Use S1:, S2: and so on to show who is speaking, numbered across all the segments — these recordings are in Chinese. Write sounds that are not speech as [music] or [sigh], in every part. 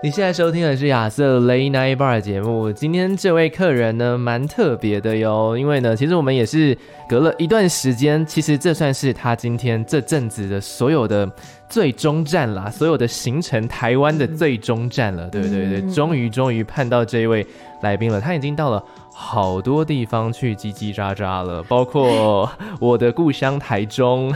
S1: 你现在收听的是亚瑟 Late Night Bar 节目。今天这位客人呢，蛮特别的哟，因为呢，其实我们也是隔了一段时间，其实这算是他今天这阵子的所有的最终站啦，所有的行程台湾的最终站了，对对对，终于终于盼到这一位来宾了，他已经到了。好多地方去叽叽喳喳了，包括我的故乡台中，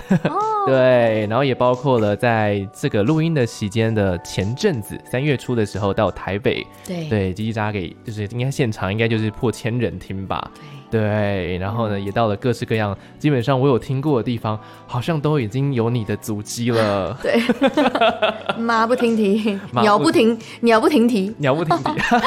S1: 对，然后也包括了在这个录音的期间的前阵子，三月初的时候到台北，
S2: 对，
S1: 对，叽叽喳喳给就是应该现场应该就是破千人听吧，对，然后呢也到了各式各样，基本上我有听过的地方，好像都已经有你的足迹了
S2: 对，马不
S1: [laughs]
S2: 停蹄，
S1: 马
S2: 鸟
S1: 不
S2: 不停，鸟不停蹄。
S1: 鸟不停蹄。 [laughs]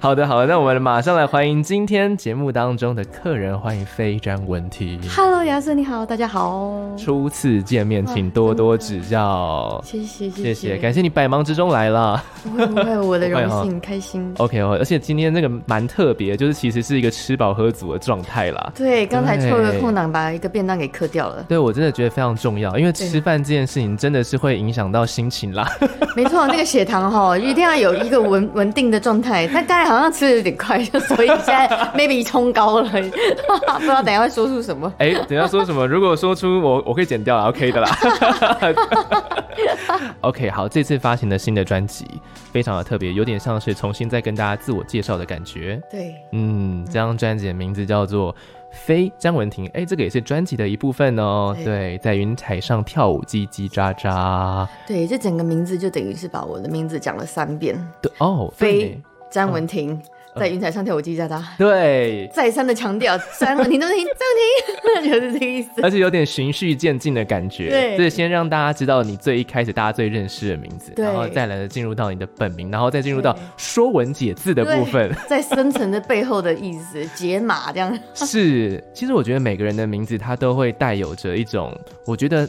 S1: 好的，好的，那我们马上来欢迎今天节目当中的客人，欢迎非詹文婷。
S2: Hello，亚瑟你好，大家好，
S1: 初次见面，请多多指教。
S2: 谢谢
S1: 谢
S2: 嗯谢
S1: 谢，感谢你百忙之中来了。
S2: 不会不会，我的
S1: 不会
S2: 荣
S1: 哈
S2: 幸，开心。
S1: [laughs] OK 哦，而且今天那个蛮特别，就是其实是一个吃饱喝足的状态啦。
S2: 对，刚才
S1: 对，
S2: 抽个空档把一个便当给磕掉了
S1: 对，我真的觉得非常重要，因为
S2: 对
S1: 吃饭这件事情真的是会影响到心情啦。
S2: 没错，那个血糖哈 [laughs] 一定要有一个稳稳定的状态。但刚才好像吃的有点快，所以现
S1: [laughs]
S2: 在 maybe 冲高了， [laughs] 不知道等一下会说出什么。
S1: 哎，等一下说什么？如果说出我，我可以剪掉啦 OK 的啦。OK，好，这次发行的新的专辑非常的特别，有点像是重新再跟大家自我介绍的感觉。
S2: 对，
S1: 嗯，这张专辑的名字叫做《非张文婷》，哎，这个也是专辑的一部分哦。
S2: 对
S1: 对，在云彩上跳舞，叽叽喳喳。
S2: 对，这整个名字就等于是把我的名字讲了三遍。
S1: 对哦，
S2: 非
S1: 对
S2: 詹文婷
S1: 嗯
S2: 在云彩上跳舞叽叽喳喳。
S1: 对，
S2: 再三的强 [laughs] 调，詹文婷，詹文婷，詹文婷， [laughs] 就是这个意思。
S1: 而且有点循序渐进的感觉。
S2: 对
S1: 就是先让大家知道你最一开始大家最认识的名字，
S2: 对
S1: 然后再来进入到你的本名，然后再进入到《说文解字》的部分。
S2: 在深层的背后的意思，解码这样。 [laughs]
S1: 是，其实我觉得每个人的名字，它都会带有着一种，我觉得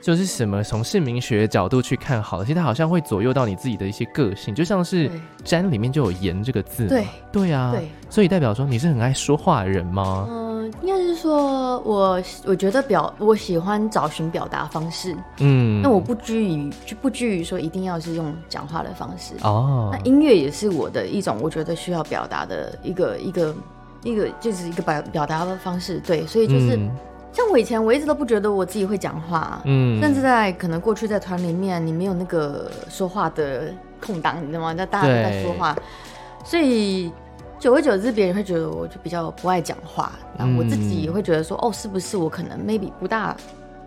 S1: 就是什么从姓名学角度去看好了，其实它好像会左右到你自己的一些个性，就像是
S2: 对
S1: “詹”里面就有“言”这个字嘛，
S2: 对
S1: 对啊，
S2: 对
S1: 所以代表说你是很爱说话的人吗？
S2: 嗯、应该是说我我觉得表我喜欢找寻表达方式，
S1: 嗯，
S2: 那、我不拘于就不拘于说一定要是用讲话的方式。
S1: 哦
S2: 那，音乐也是我的一种，我觉得需要表达的一个一个一个就是一个表表达的方式。对，所以就是、
S1: 嗯
S2: 像我以前我一直都不觉得我自己会讲话，啊
S1: 嗯
S2: 甚至在可能过去在团里面，你没有那个说话的空档，你知道吗？那大家都在说话，所以久而久之，别人会觉得我就比较不爱讲话，然
S1: 嗯
S2: 后我自己也会觉得说，哦，是不是我可能 maybe 不大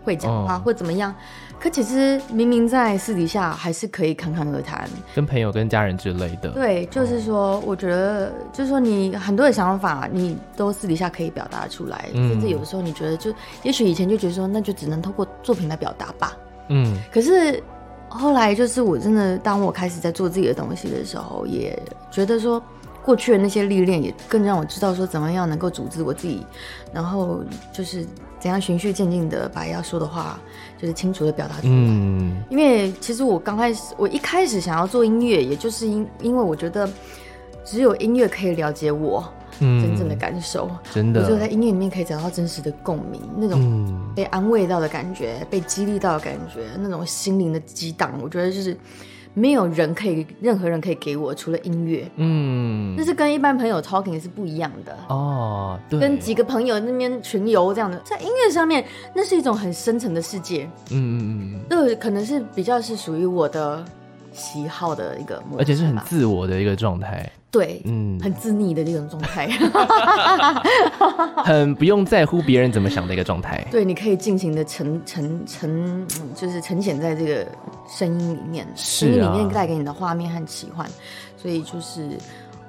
S2: 会讲话、
S1: 哦
S2: 或怎么样？可其实明明在私底下还是可以侃侃而谈。
S1: 跟朋友、跟家人之类的，
S2: 对，就是说，我觉得就是说，你很多的想法，你都私底下可以表达出来，
S1: 嗯
S2: 甚至有的时候你觉得就，也许以前就觉得说，那就只能透过作品来表达吧。
S1: 嗯，
S2: 可是后来就是我真的，当我开始在做自己的东西的时候，也觉得说过去的那些历练也更让我知道说怎么样能够组织我自己，然后就是怎样循序渐进的把要说的话就是清楚的表达出来。
S1: 嗯
S2: 因为其实我刚开始，我一开始想要做音乐，也就是因因为我觉得只有音乐可以了解我
S1: 嗯，
S2: 真正的感受，
S1: 真
S2: 我只有
S1: 的
S2: 在，音乐里面可以找到真实的共鸣，那种
S1: 嗯，
S2: 被安慰到的感觉，被激励到的感觉，那种心灵的激荡，我觉得就是没有人可以，任何人可以给我，除了音乐，
S1: 嗯
S2: 那，是跟一般朋友 talking 是不一样的。
S1: 哦，对，
S2: 跟几个朋友那边群游这样的，在音乐上面，那是一种很深层的世界，
S1: 嗯嗯嗯嗯，
S2: 那可能是比较是属于我的喜好的一个模式吧，
S1: 而且是很自我的一个状态，
S2: 对，
S1: 嗯，
S2: 很自溺的那种状
S1: [laughs]
S2: 态。 [laughs]
S1: 很不用在乎别人怎么想的一个状
S2: [laughs]
S1: 态。
S2: 对，你可以尽情的沉沉沉，嗯就是沉潜在这个声音里面，
S1: 是
S2: 声音里
S1: 啊
S2: 面带给你的画面和奇幻，所以就是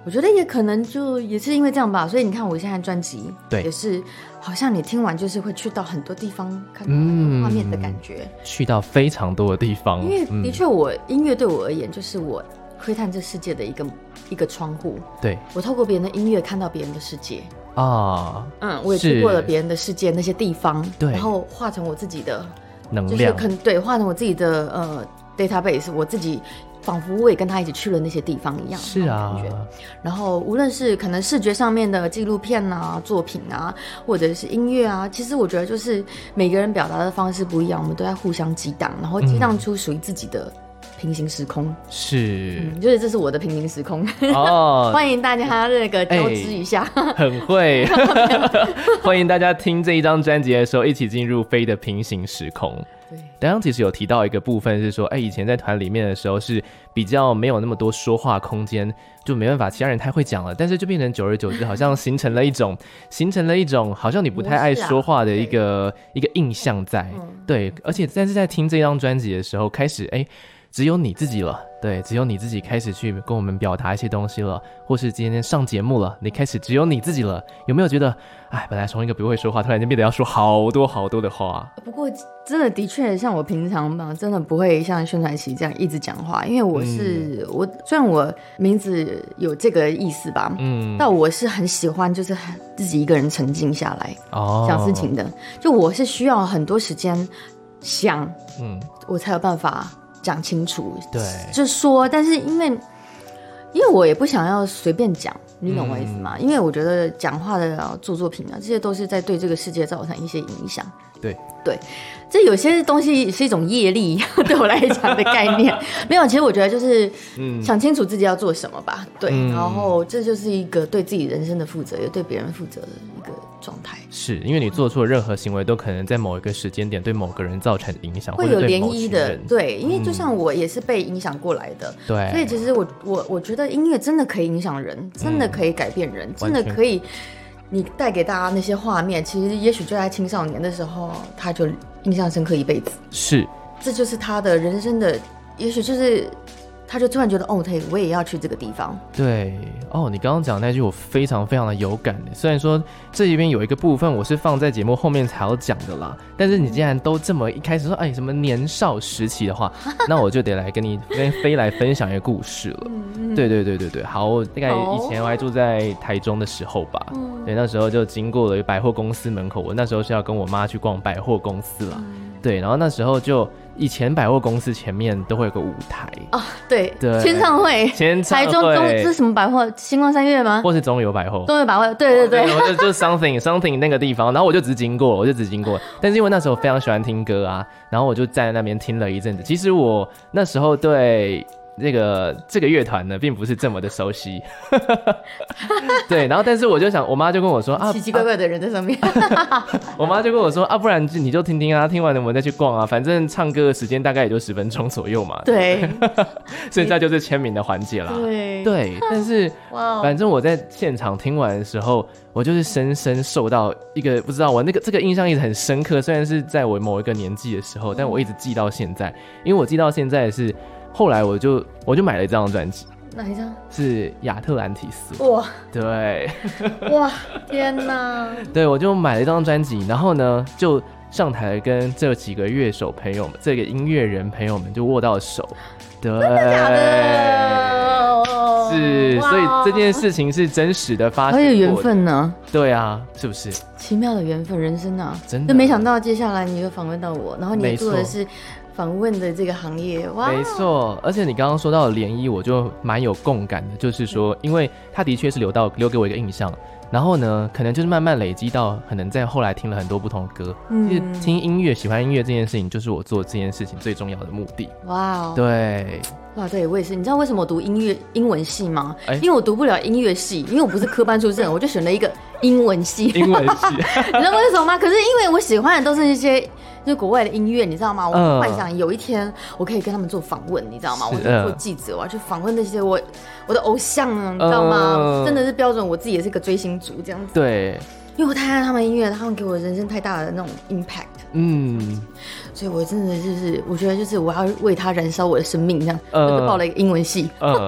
S2: 我觉得也可能就也是因为这样吧，所以你看我现在专辑，
S1: 对
S2: 也是好像你听完就是会去到很多地方看到很
S1: 嗯
S2: 多画面的感觉，
S1: 去到非常多的地方，
S2: 因为
S1: 嗯
S2: 的确我音乐对我而言就是我窥探这世界的一个一个窗户，
S1: 对
S2: 我透过别人的音乐看到别人的世界。
S1: 啊，
S2: 嗯，我也
S1: 是
S2: 去过了别人的世界那些地方，
S1: 对
S2: 然后化成我自己的
S1: 能
S2: 就是
S1: 量，
S2: 可能对化成我自己的呃 database，我自己仿佛我也跟他一起去了那些地方一样，
S1: 是啊
S2: 那，种感觉。然后无论是可能视觉上面的纪录片啊、作品啊，或者是音乐啊，其实我觉得
S1: 嗯
S2: 就是每个人表达的方式不一样，我们都在互相激荡，然后激荡出属于自己的平行时空，
S1: 是
S2: 嗯，就是这是我的平行时空，
S1: 哦，
S2: 嗯 [laughs] 欢迎大家那个
S1: 哎
S2: 交织一下。 [laughs]
S1: 很会，欢迎大家听这一张专辑的时候，一起进入飞的平行时空。
S2: 对，
S1: 刚刚其实有提到一个部分是说，哎、以前在团里面的时候是比较没有那么多说话空间，就没办法，其他人太会讲了，但是就变成久而久之，好像形成了一种，形成了一种好像你不太爱说话的一个、一个印象在。
S2: 啊嗯
S1: 对，而且但是在听这张专辑的时候，开始哎。只有你自己了，对，只有你自己开始去跟我们表达一些东西了，或是今天上节目了，你开始只有你自己了，有没有觉得，哎，本来从一个不会说话，突然间变得要说好多好多的话，
S2: 不过真的的确，像我平常吧，真的不会像宣传期这样一直讲话，因为我
S1: 嗯
S2: 是、我，虽然我名字有这个意思吧，
S1: 嗯，
S2: 但我是很喜欢就是很自己一个人沉静下来
S1: 哦，
S2: 想事，情的，就我是需要很多时间想，
S1: 嗯，
S2: 我才有办法讲清楚，
S1: 对
S2: 就说，但是因为因为我也不想要随便讲，你懂我意思吗？
S1: 嗯
S2: 因为我觉得讲话的啊做作品啊，这些都是在对这个世界造成一些影响。
S1: 对
S2: 对，这有些东西是一种业力， [laughs] 对我来讲的概
S1: [laughs]
S2: 念没有。其实我觉得就是
S1: 嗯
S2: 想清楚自己要做什么吧，对，
S1: 嗯
S2: 然后这就是一个对自己人生的负责，也对别人负责的一个状态。
S1: 是因为你做出的任何行为都可能在某一个时间点对某个人造成影响，
S2: 会
S1: 或者
S2: 有
S1: 对
S2: 涟
S1: 某
S2: 漪
S1: 群
S2: 的
S1: 人，嗯
S2: 对，因为就像我也是被影响过来的，
S1: 对，
S2: 所以其实我我我觉得音乐真的可以影响人，真的可以改变人，真的
S1: 完全
S2: 可以，你带给大家那些画面，其实也许就在青少年的时候，他就印象深刻一辈子，
S1: 是
S2: 这就是他的人生的，也许就是。他就突然觉得，哦，对，我也要去这个地方。
S1: 对哦，你刚刚讲的那句我非常非常的有感耶，虽然说这里边有一个部分我是放在节目后面才要讲的啦，但是你既然都这么一开始说哎什么年少时期的
S2: [laughs]
S1: 话，那我就得来跟你跟飞来分享一个故事了。
S2: 嗯
S1: 对对对对对，好，大概
S2: 好
S1: 以前我还住在台中的时候吧，
S2: 哦
S1: 对，那时候就经过了百货公司门口，我那时候是要跟我妈去逛百货公司啦，
S2: 嗯
S1: 对，然后那时候就以前百货公司前面都会有个舞台，
S2: [laughs] 啊，对，
S1: 对
S2: 签唱会，
S1: 前
S2: 台中中这是什么百货？星光三月吗？
S1: 或是中友百货，
S2: 中友百货，对对 [laughs] 对，
S1: 我就就是 something something 那个地方，然后我就只经过，我就只经过。但是因为那时候非常喜欢听歌啊，然后我就站在那边听了一阵子。其实我那时候对这个这个乐团呢，并不是这么的熟悉。 [laughs] 对，然后但是我就想，我妈就跟我说啊
S2: [laughs] 奇，奇怪怪的人在上面。
S1: 我妈就跟我说啊，不然就你就听听啊，听完了我们再去逛啊，反正唱歌的时间大概也就十分钟左右嘛。，
S2: [laughs] 对
S1: 剩下就是签名的环节啦。
S2: 对，
S1: 对，但是。
S2: 哇哦，
S1: 反正我在现场听完的时候，我就是深深受到一个不知道我那个这个印象一直很深刻。虽然是在我某一个年纪的时
S2: 嗯
S1: 候，但我一直记到现在，因为我记到现在是后来我就我就买了这张专辑，
S2: 哪一张？
S1: 是亚特兰提斯。
S2: 哇
S1: 对
S2: 哇，天哪！
S1: 对，我就买了一张专辑，然后呢就上台跟这几个乐手朋友们、这个音乐人朋友们就握到手。对，真的
S2: 假的，
S1: 是，
S2: 哇
S1: 所以这件事情是真实的发生，
S2: 而且缘，分呢，
S1: 对啊，是不是？
S2: 奇妙的缘分，人生啊，
S1: 真的
S2: 就没想到接下来你又访问到我，然后你
S1: 没
S2: 也
S1: 错
S2: 做的是访问的这个行业，哇，
S1: 没错，而且你刚刚说到的涟漪，我就蛮有共感的，就是说，因为它的确是留到留给我一个印象，然后呢，可能就是慢慢累积到，可能在后来听了很多不同的歌，
S2: 嗯
S1: 就是听音乐、喜欢音乐这件事情，就是我做这件事情最重要的目的。
S2: 哇哦，
S1: 对，
S2: 哇，对我也是，你知道为什么我读音乐英文系吗？
S1: 哎
S2: 因为我读不了音乐系，因为我不是科班出身，我就选了一个英文系，
S1: 英文系，
S2: [laughs] 你知道为什么吗？可是因为我喜欢的都是一些就是国外的音乐，你知道吗？
S1: 嗯
S2: 我幻想有一天我可以跟他们做访问，你知道吗？
S1: 是嗯
S2: 我就做记者，我要去访问那些我我的偶像，啊你知道
S1: 嗯
S2: 吗？真的是标准，我自己也是个追星族这样
S1: [laughs]
S2: 子，
S1: 对，
S2: 因为我太爱他们音乐，他们给我人生太大的那种 impact，
S1: 嗯，
S2: 所以我真的就是我觉得就是我要为他燃烧我的生命这样，
S1: 嗯
S2: 我就报了一个英文系，
S1: 呃，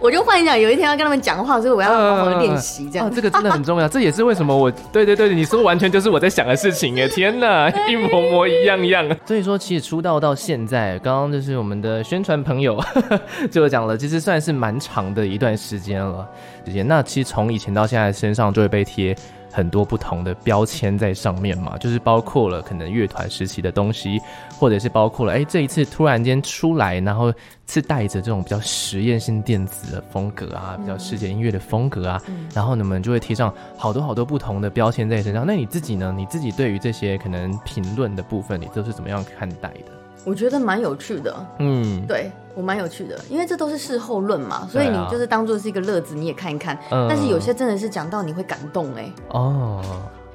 S2: 我就幻想有一天要跟他们讲话，所以我要好好地练习这样
S1: 啊，。这个真的很重要，这也是为什么我对对对，你说完全就是我在想的事情哎，天哪，一模模一样样。所以说，其实出道到现在，刚刚就是我们的宣传朋友 [laughs] 就讲了，其实算是蛮长的一段时间了。时间那其实从以前到现在，身上就会被贴。很多不同的标签在上面嘛，就是包括了可能乐团时期的东西，或者是包括了哎、这一次突然间出来，然后是带着这种比较实验性电子的风格啊，
S2: 嗯
S1: 比较世界音乐的风格啊，然后你们就会贴上好多好多不同的标签在身上。那你自己呢？你自己对于这些可能评论的部分，你都是怎么样看待的？
S2: 我觉得蛮有趣的，
S1: 嗯，
S2: 对我蛮有趣的，因为这都是事后论嘛，所以
S1: 对
S2: 你
S1: 啊
S2: 就是当做是一个乐子，你也看一看。
S1: 嗯
S2: 但是有些真的是讲到你会感动哎、
S1: 哦，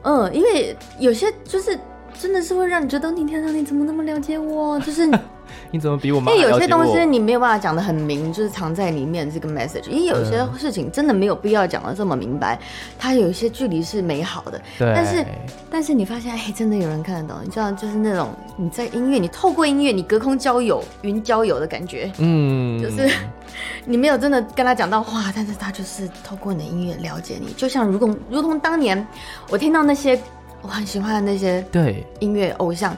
S2: 嗯，因为有些就是真的是会让你觉得哦你天哪，你怎么那么了
S1: [laughs]
S2: 解我？就是
S1: 你怎么比我妈
S2: 因为有些
S1: 了解我
S2: 东西你没有办法讲的很明，就是藏在里面这个 message。因为有些事情真的没有必要讲的这么明白，它有一些距离是美好的。
S1: 对，
S2: 但是但是你发现，哎，真的有人看得懂，你知道，就是那种你在音乐，你透过音乐，你隔空交友、云交友的感觉。
S1: 嗯，
S2: 就是你没有真的跟他讲到话，但是他就是透过你的音乐了解你，就像如同如同当年我听到那些我很喜欢的那些
S1: 对，
S2: 音乐偶像，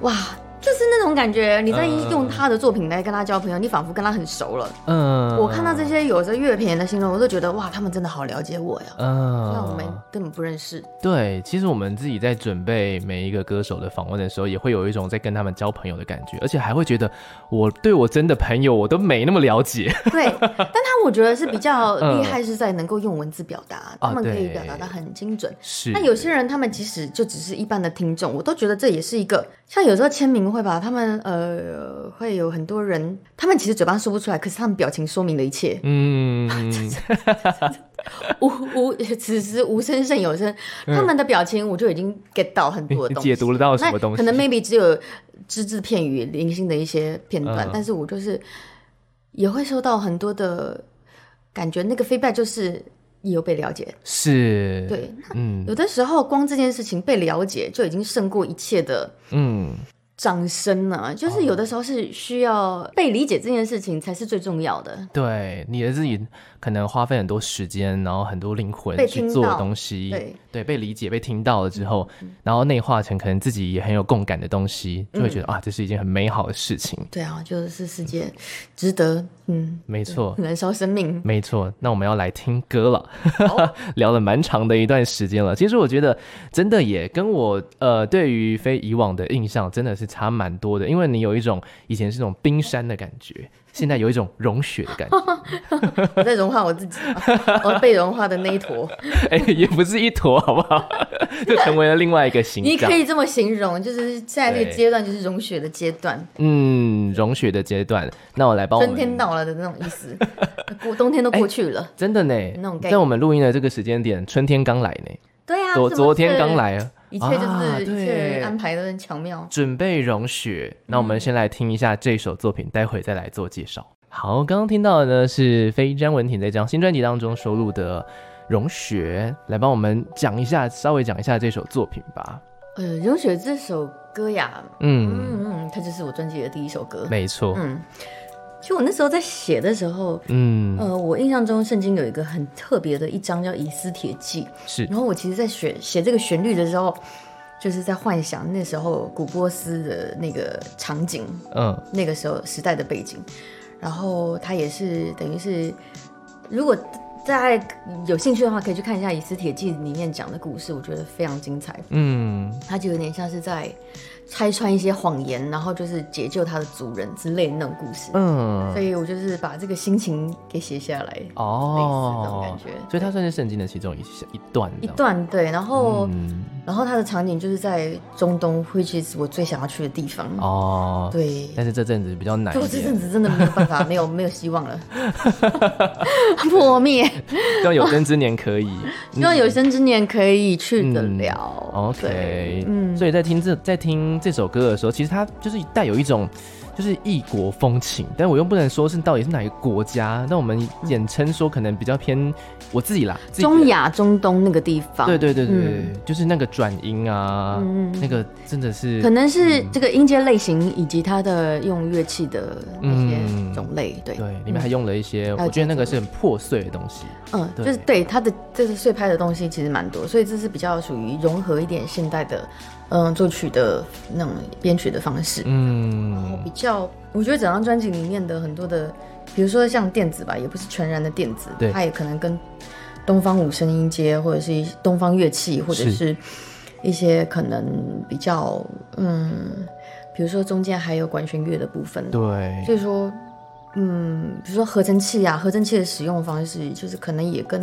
S2: 哇，就是那种感觉，你在
S1: 嗯
S2: 用他的作品来跟他交朋友，你仿佛跟他很熟了。
S1: 嗯，
S2: 我看到这，些有着乐评人的新闻，我都觉得哇，他们真的好了解我呀。
S1: 嗯，
S2: 那我们根本不认识，
S1: 对，其实我们自己在准备每一个歌手的访问的时候，也会有一种在跟他们交朋友的感觉，而且还会觉得我对我真的朋友我都没那么了解。 [laughs]
S2: 对， [laughs] 但他我觉得是比较
S1: 嗯啊
S2: 厉害，是在能够用文字表达，他们可以
S1: 对
S2: 表达的很精准。
S1: 是，，
S2: 那有些人他们即使就只是一般的听众，我都觉得这也是一个像有时候签名会吧，他们呃会有很多人，他们其实嘴巴说不出来，可是他们表情说明了一切
S1: [laughs] 嗯，
S2: [laughs] 无无此时无声胜有声，他们的表情我就已经 get 到很多的东
S1: 嗯
S2: 西，
S1: 解读得到什么东西
S2: 那可能 maybe 只有只字片语、零星的一些片段，
S1: 嗯
S2: 但是我就是也会收到很多的感觉，那个 feedback 就是有被了解，
S1: [laughs] 是，
S2: 对，
S1: 嗯
S2: 有的时候，光这件事情被了解就已经胜过一切的
S1: 嗯，
S2: 掌声了。就是有的时候是需要被理解这件事情才是最重要的。
S1: 对，你的自己可能花费很多时间，然后很多灵魂
S2: 被
S1: 去
S2: 听
S1: 做的
S2: 到
S1: 东西，
S2: 对嗯
S1: 被理解、被听到了之后，然后内化成可能自己也很有共感的东西，就会觉得、啊，这是一件很美好的事情。
S2: 对啊，就是世界值得，嗯，
S1: 没错，
S2: 燃烧生命。
S1: 没错，那我们要来听歌了， [laughs] 聊了蛮长的一段时间了。其实我觉得真的也跟我呃对于非以往的印象真的是差蛮多的，因为你有一种以前是那种冰山的感
S2: [laughs]
S1: 觉，现在有一种融雪的感觉。 [laughs]
S2: 我在融化我 [laughs] 自己，我被融化的那一坨，
S1: 哎、也不是一坨，好不好？ [laughs] 就成为了另外一个
S2: 你
S1: 形象
S2: 可。以这么形容，就是现在这个
S1: 对
S2: 阶段就是融雪的阶段，
S1: 嗯，融雪的阶段，那我来帮我
S2: 春
S1: 们。
S2: 天到了的那种意思，过冬天都过去了。
S1: 真的呢
S2: 那种，概念
S1: 在我们录音的这个时间点，春天刚来呢，
S2: 对啊，
S1: 昨
S2: 是不
S1: 昨天
S2: 是
S1: 刚，来啊，
S2: 一切就
S1: 啊
S2: 是一切
S1: 对
S2: 安排的很巧妙。
S1: 准备融雪。那我们先来听一下这首作品，待会再来做介绍。好，刚刚听到的呢是非詹文婷在这张新专辑当中收录的《融雪》，来帮我们讲一下，稍微讲一下这首作品吧。
S2: 呃，《融雪》这首歌呀，
S1: 嗯，
S2: 嗯嗯，它就是我专辑的第一首歌。
S1: 没错，
S2: 嗯，其实我那时候在写的时候，
S1: 嗯，
S2: 呃，我印象中圣经有一个很特别的一章叫《以斯帖记》，
S1: 是
S2: 然后我其实在写写这个旋律的时候，就是在幻想那时候古波斯的那个场景，
S1: 嗯，
S2: 那个时候时代的背景，然后它也是等于是，如果大家有兴趣的话，可以去看一下《以斯帖记》里面讲的故事，我觉得非常精彩。
S1: 嗯，
S2: 他就有点像是在拆穿一些谎言，然后就是解救他的主人之类的那种故事。
S1: 嗯
S2: 所，以我就是把这个心情给写下来
S1: 哦
S2: 类似这种感觉
S1: 所以它算是圣经的其中一小一段，
S2: 一，段，对，然后、
S1: 嗯，
S2: 然后他的场景就是在中东，which is 我最想要去的地方。
S1: 哦，
S2: 对，
S1: 但是这阵子比较难
S2: 就
S1: 一
S2: 我这阵
S1: 点，
S2: 子真的没有
S1: [laughs]
S2: 办法，没有没有希望了，破灭。
S1: 希望有生之年可以。
S2: [laughs] 希望有生之年可以去得
S1: 嗯
S2: 了。对
S1: OK，
S2: 嗯
S1: 所以在听这在听这首歌的时候，其实它就是带有一种就是异国风情，但我又不能说是到底是哪个国家，那我们简称说可能比较偏我自己啦，自己的
S2: 中亚、中东那个地方，
S1: 对对对对，
S2: 嗯
S1: 对就是那个转音啊，那个真的是
S2: 可能是
S1: 嗯
S2: 这个音阶类型以及它的用乐器的那些
S1: 嗯
S2: 种类，对嗯
S1: 对，里面还用了一些，
S2: 还有
S1: 我觉得那个是很破碎的东西，
S2: 嗯，
S1: 对
S2: 就是对它的这个碎拍的东西其实蛮多，所以这是比较属于融合一点现代的，嗯，作曲的那种编曲的方式，
S1: 嗯
S2: 比较我觉得整张专辑里面的很多的，比如说像电子吧，也不是全然的电子
S1: 对，
S2: 它也可能跟东方五声音阶或者是一东方乐器或者
S1: 是
S2: 是一些可能比较嗯，比如说中间还有管弦乐的部分，
S1: 对，
S2: 所以说，嗯，比如说合成器啊，合成器的使用方式，就是可能也跟，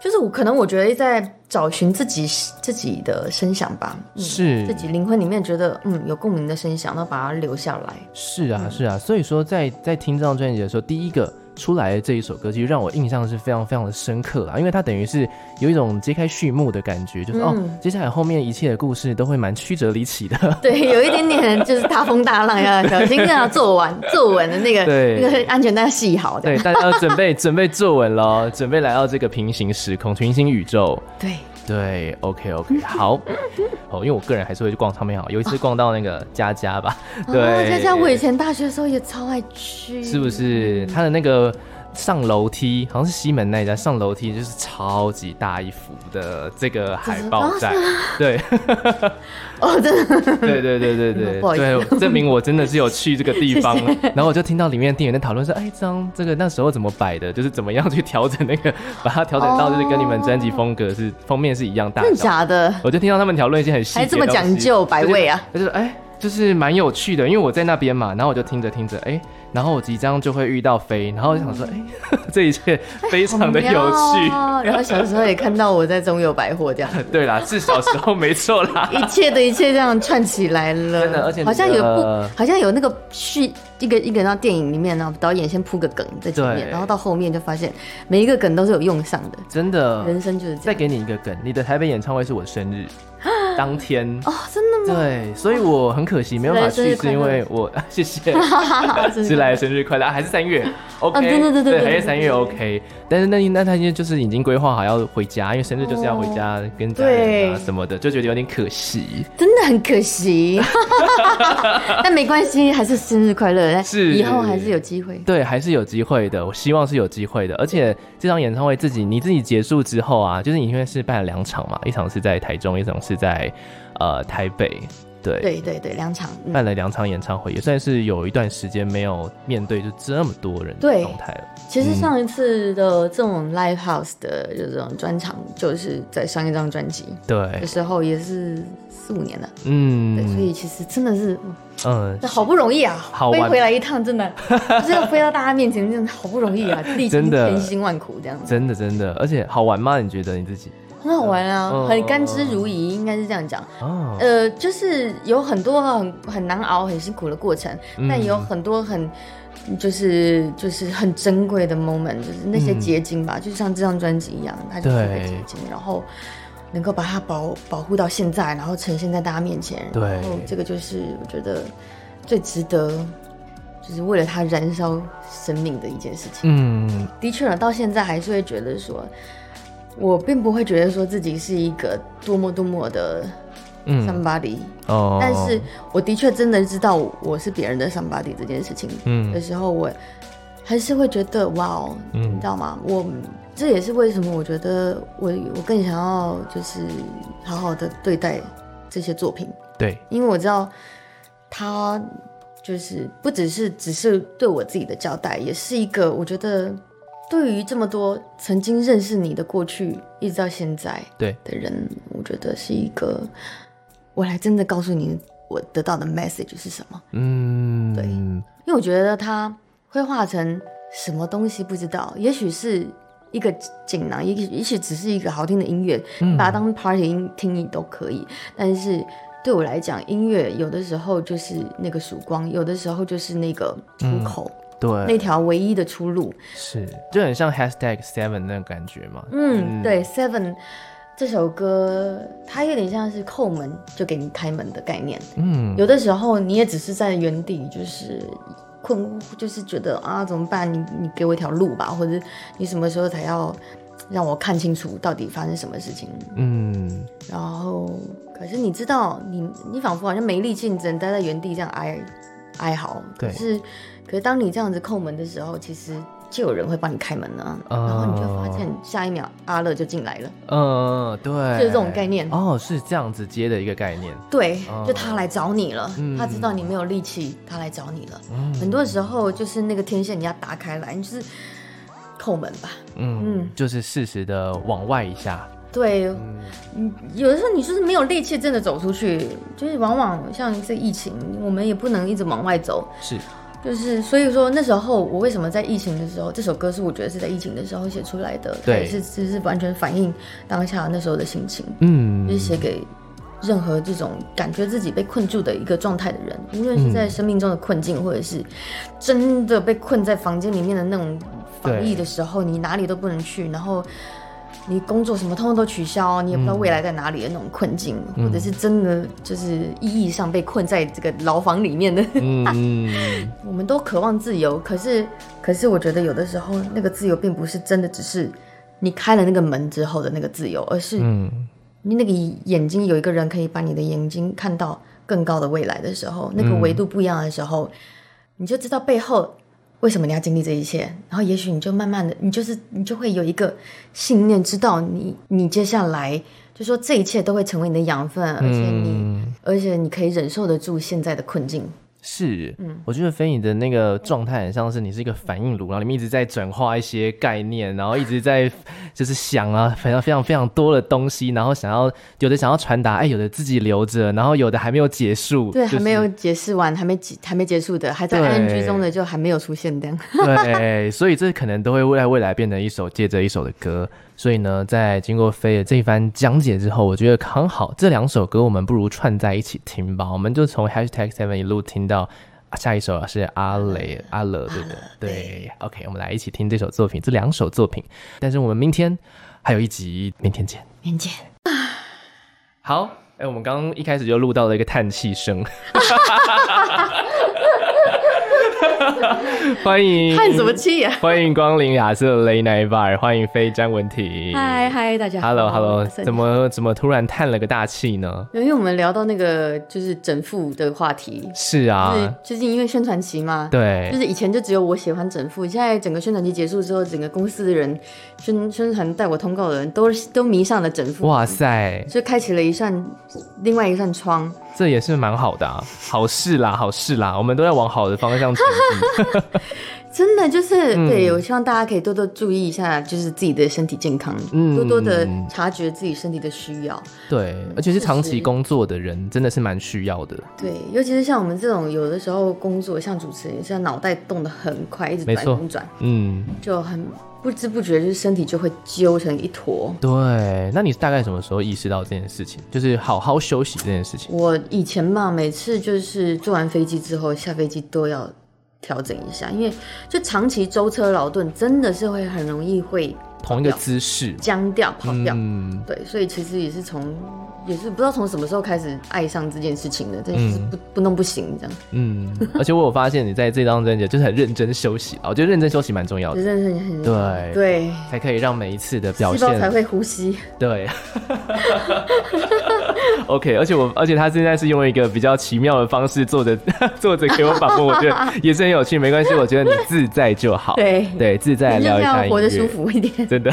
S2: 就是我可能我觉得在找寻自己自己的声响吧，嗯、
S1: 是
S2: 自己灵魂里面觉得嗯有共鸣的声响，那把它留下
S1: [laughs]
S2: 来。
S1: 是啊，是啊，所以说在在听这张专辑的时候，第一个出来的这一首歌，其实让我印象是非常非常的深刻啦，因为它等于是有一种揭开序幕的感觉，就是、哦，接下来后面一切的故事都会蛮曲折离奇的。
S2: 对，有一点点就是大风大浪，要小心这样做完做稳的那个
S1: 对
S2: 那个安全带系好
S1: [laughs]
S2: 的。
S1: 对，大家要准备准备坐稳了，准备来到这个平行时空、平行宇宙。
S2: 对，
S1: 对，OK [laughs] OK，好。哦，因为我个人还是会去逛唱片行，有一次逛到那个佳哦佳吧，
S2: 啊
S1: 对，
S2: 佳佳，我以前大学的时候也超爱去，
S1: 是不？是他的那个上楼梯，好像是西门那一家上楼梯，就是超级大一幅的这个海报在，
S2: [laughs]
S1: 对
S2: 哦，
S1: [laughs]
S2: 真的。
S1: 对对对对对
S2: [laughs] 不好意思
S1: 对，证明我真的是有去这个地方
S2: [laughs] 谢。
S1: 然后我就听到里面店员在讨论说，哎，这张这个那时候怎么摆的，就是怎么样去调整那个，把它调整到就是跟你们专辑风格
S2: [laughs]
S1: 是封面是一样大
S2: 真的
S1: 小。
S2: 假的？
S1: 我就听到他们讨论一些很细节的
S2: 还这么
S1: 东西
S2: 讲究百味啊，
S1: 就是就是哎、就是蛮有趣的，因为我在那边嘛，然后我就听着听着，哎、然后我即将就会遇到飞，然后我就想说，哎、这一切非常的有
S2: 好
S1: 趣。
S2: 妙哦然后小时候也看到我在中友百
S1: [laughs]
S2: 货这样，
S1: 对啦，是小时候没错啦。
S2: 一切的一切这样串起来了。
S1: 真的而且
S2: 好像有
S1: 呃
S2: 部，好像有那个续一个一个，然后电影里面，然后导演先铺个梗在前面，
S1: 对
S2: 然后到后面就发现每一个梗都是有用上的。
S1: 真的，
S2: 人生就是这
S1: 再
S2: 样。
S1: 给你一个梗，你的台北演唱会是我生日当天。
S2: 哦，真的吗？
S1: 对，所以我很可惜没有办法
S2: 生日
S1: 去，
S2: 快
S1: 是因
S2: 乐
S1: 为我谢谢， [laughs]
S2: 真的
S1: 是来生日快乐，啊还是三月？OK，、
S2: [laughs] 啊嗯对对对对对
S1: 还
S2: 对
S1: 是三月
S2: 对
S1: OK。但是那那他现在就是已经规划好要回家，因为生日就是要回家跟家人啊
S2: 对
S1: 什么的，就觉得有点可惜。
S2: 真的很可
S1: [laughs]
S2: 惜，但没关系，还是生日快乐，
S1: 是
S2: 以后还是有机会。
S1: 对，还是有机会的，我希望是有机会的。而且这场演唱会自己你自己结束之后啊，就是你因为是办了两场嘛，一场是在台中，一场是在呃台北，对。
S2: 对对对，两场，嗯
S1: 办了两场演唱会，也算是有一段时间没有面对就这么多人的
S2: 对
S1: 状态了。
S2: 其实上一次的这种 live house 的这种专场，就是在上一张专辑
S1: 对
S2: 的，时候，也是四五年了。对，所
S1: 嗯
S2: 以其实真的是，嗯
S1: 嗯，
S2: 这好不容易啊，
S1: 好
S2: 飞
S1: 玩
S2: 回来一趟，
S1: [laughs]
S2: 真的就是要飞到大家面前，真的好不容易啊，历经
S1: 真的
S2: 千辛万苦这样子，
S1: 真的真的，而且好玩吗？你觉得你自己？
S2: 很好玩
S1: 嗯
S2: 啊，很甘之如饴，应该是这样讲。
S1: 哦，
S2: 呃，就是有很多很很难熬、很辛苦的过程，
S1: 嗯
S2: 但也有很多很就是就是很珍贵的 moment，就是那些结晶吧，就像这张专辑一样，它就是一个
S1: 嗯对
S2: 结晶，然后能够把它保保护到现在，然后呈现在大家面前，
S1: 对
S2: 然后这个就是我觉得最值得，就是为了它燃烧生命的一件事情。
S1: 嗯，
S2: 的确了，到现在还是会觉得说，我并不会觉得说自己是一个多么多么的
S1: 嗯
S2: somebody，、
S1: 哦，
S2: 但是我的确真的知道我是别人的 somebody 这件事情的
S1: 嗯
S2: 时候，我还是会觉得哇哦，你
S1: 嗯
S2: 知道吗？我这也是为什么我觉得我我更想要就是好好的对待这些作品，
S1: 对，
S2: 因为我知道他就是不只是只是对我自己的交代，也是一个我觉得对于这么多曾经认识你的过去一直到现在
S1: 对
S2: 的人，我觉得是一个我来真的告诉你我得到的 message 是什么，
S1: 嗯
S2: 对因为我觉得它会化成什么东西不知道，也许是。一个锦囊，也许也许只是一个好听的音乐，把它当 party 音听你都可以。但是对我来讲，音乐有的时候就是那个曙光，有的时候就是那个出口，那
S1: 对，
S2: 条唯一的出路。
S1: 是就很像 hashtag seven 那种感觉嘛。
S2: 嗯，对，Seven 这首歌，它有点像是叩门就给你开门的概念。
S1: 嗯，
S2: 有的时候你也只是在原地，就是困惑，就是觉得啊怎么办？你你给我一条路吧，或者你什么时候才要让我看清楚到底发生什么事情？
S1: 嗯，
S2: 然后，可是你知道，你你仿佛好像没力气，你只能待在原地这样哀哀嚎。
S1: 对
S2: 可是，可是当你这样子叩门的时候，其实就有人会帮你开门啊。
S1: 哦
S2: 然后你就发现下一秒阿乐就进来了。
S1: 呃，对，
S2: 就是这种概念
S1: 哦，是这样子接的一个概念，
S2: 对
S1: 哦，
S2: 就他来找你了，
S1: 嗯
S2: 他知道你没有力气，他来找你了。
S1: 嗯
S2: 很多时候就是那个天线你要打开来，你就是叩门吧。
S1: 嗯
S2: 嗯，
S1: 就是适时的往外一下，
S2: 对，
S1: 嗯
S2: 你有的时候你就是没有力气，真的走出去，就是往往像这疫情，我们也不能一直往外走，
S1: 是，
S2: 就是所以说那时候我为什么在疫情的时候，这首歌是我觉得是在疫情的时候写出来的，它
S1: 对
S2: 也是只是完全反映当下那时候的心情，
S1: 嗯
S2: 就是写给任何这种感觉自己被困住的一个状态的人，
S1: 嗯
S2: 无论是在生命中的困境，或者是真的被困在房间里面的那种防疫的时候，你哪里都不能去，然后。你工作什么通通都取消，你也不知道未来在哪里的那种困境，
S1: 嗯
S2: 或者是真的就是意义上被困在这个牢房里面的
S1: 嗯嗯，
S2: [laughs] 我们都渴望自由，可是可是我觉得有的时候那个自由并不是真的只是你开了那个门之后的那个自由，而是
S1: 嗯
S2: 你那个眼睛有一个人可以把你的眼睛看到更高的未来的时候，那个维度不一样的时候，你就知道背后为什么你要经历这一切，然后也许你就慢慢的，你就是你就会有一个信念，知道你你接下来就说这一切都会成为你的养分，而且你、
S1: 嗯
S2: 而且你可以忍受得住现在的困境。
S1: 是，
S2: 嗯
S1: 我觉得飞影的那个状态很像是你是一个反应炉，然后里面一直在转化一些概念，然后一直在就是想啊， [laughs] 反正非常非常多的东西，然后想要有的想要传达，哎，有的自己留着，然后有的还没有结束，
S2: 对，
S1: 就是
S2: 还没有解释完，还没结还没结束的，还在
S1: 对
S2: ING 中的就还没有出现这样。
S1: 对，所以这可能都会未来未来变成一首接着一首的歌。所以呢，在经过飞的这一番讲解之后，我觉得刚好这两首歌我们不如串在一起听吧。我们就从 hashtag seven 一路听到啊下一首是阿雷阿乐，对不
S2: 啊
S1: 对？对，OK，我们来一起听这首作品，这两首作品。但是我们明天还有一集，明天见。
S2: [laughs] 明见，
S1: 好，哎、我们刚刚一开始就录到了一个叹气声。 [laughs] 欢迎，
S2: 叹什么气啊 [laughs] 呀、
S1: 欢迎光临亚瑟雷奶 bar，欢迎飞詹文婷。
S2: 嗨嗨，大家好。
S1: Hello Hello，
S2: 我是
S1: 嗯怎？么怎么突然叹了个大气呢？
S2: 因为我们聊到那个就是整复的话题，
S1: 是
S2: 就是
S1: 啊，
S2: 最近因为宣传期嘛，就
S1: 对，
S2: 是以前就只有我喜欢整复，现在整个宣传期结束之后，整个公司的人宣宣传带我通告的人都都迷上了整复，
S1: 哇塞，
S2: 就开启了一扇另外一扇窗。
S1: 这也是蛮好的、啊，好事啦，好事啦，我们都在往好的方向前
S2: [laughs]
S1: 进。
S2: 真的就是、
S1: 嗯
S2: 对，我希望大家可以多多注意一下，就是自己的身体健康，
S1: 嗯
S2: 多多的察觉自己身体的需要。
S1: 对，而且是长
S2: 确
S1: 期
S2: 实
S1: 工作的人，真的是蛮需要的。
S2: 对，尤其是像我们这种有的时候工作，像主持人，像脑袋动得很快，一直
S1: 没
S2: 转
S1: 错
S2: 转转，
S1: 嗯，
S2: 就很不知不觉，就是身体就会揪成一坨。
S1: 对。那你大概什么时候意识到这件事情？就是好好休息这件事情。
S2: 我以前嘛，每次就是坐完飞机之后下飞机都要调整一下，因为就长期舟车劳顿，真的是会很容易会
S1: 同一个姿势，
S2: 僵掉、跑掉。
S1: 嗯，
S2: 对，所以其实也是从，也是不知道从什么时候开始爱上这件事情的，但就是不、不弄不行这样，
S1: 嗯，而且我有发现你在这张专辑就是很认真休息啊，我觉得认真休息蛮重要
S2: 就
S1: 的，
S2: 真的很很
S1: 对
S2: 嗯对，
S1: 才可以让每一次的表
S2: 细胞才
S1: 现
S2: 会呼吸，
S1: 对。OK，而且我，而且他现在是用一个比较奇妙的方式坐着 [laughs] 坐着给我访问，我觉得也是很有趣。没关系，我觉得你自在就好。
S2: 对
S1: 对，自在
S2: 你就
S1: 聊
S2: 是
S1: 一下
S2: [laughs] 要
S1: 音乐，
S2: 活得舒服一点。
S1: 真的。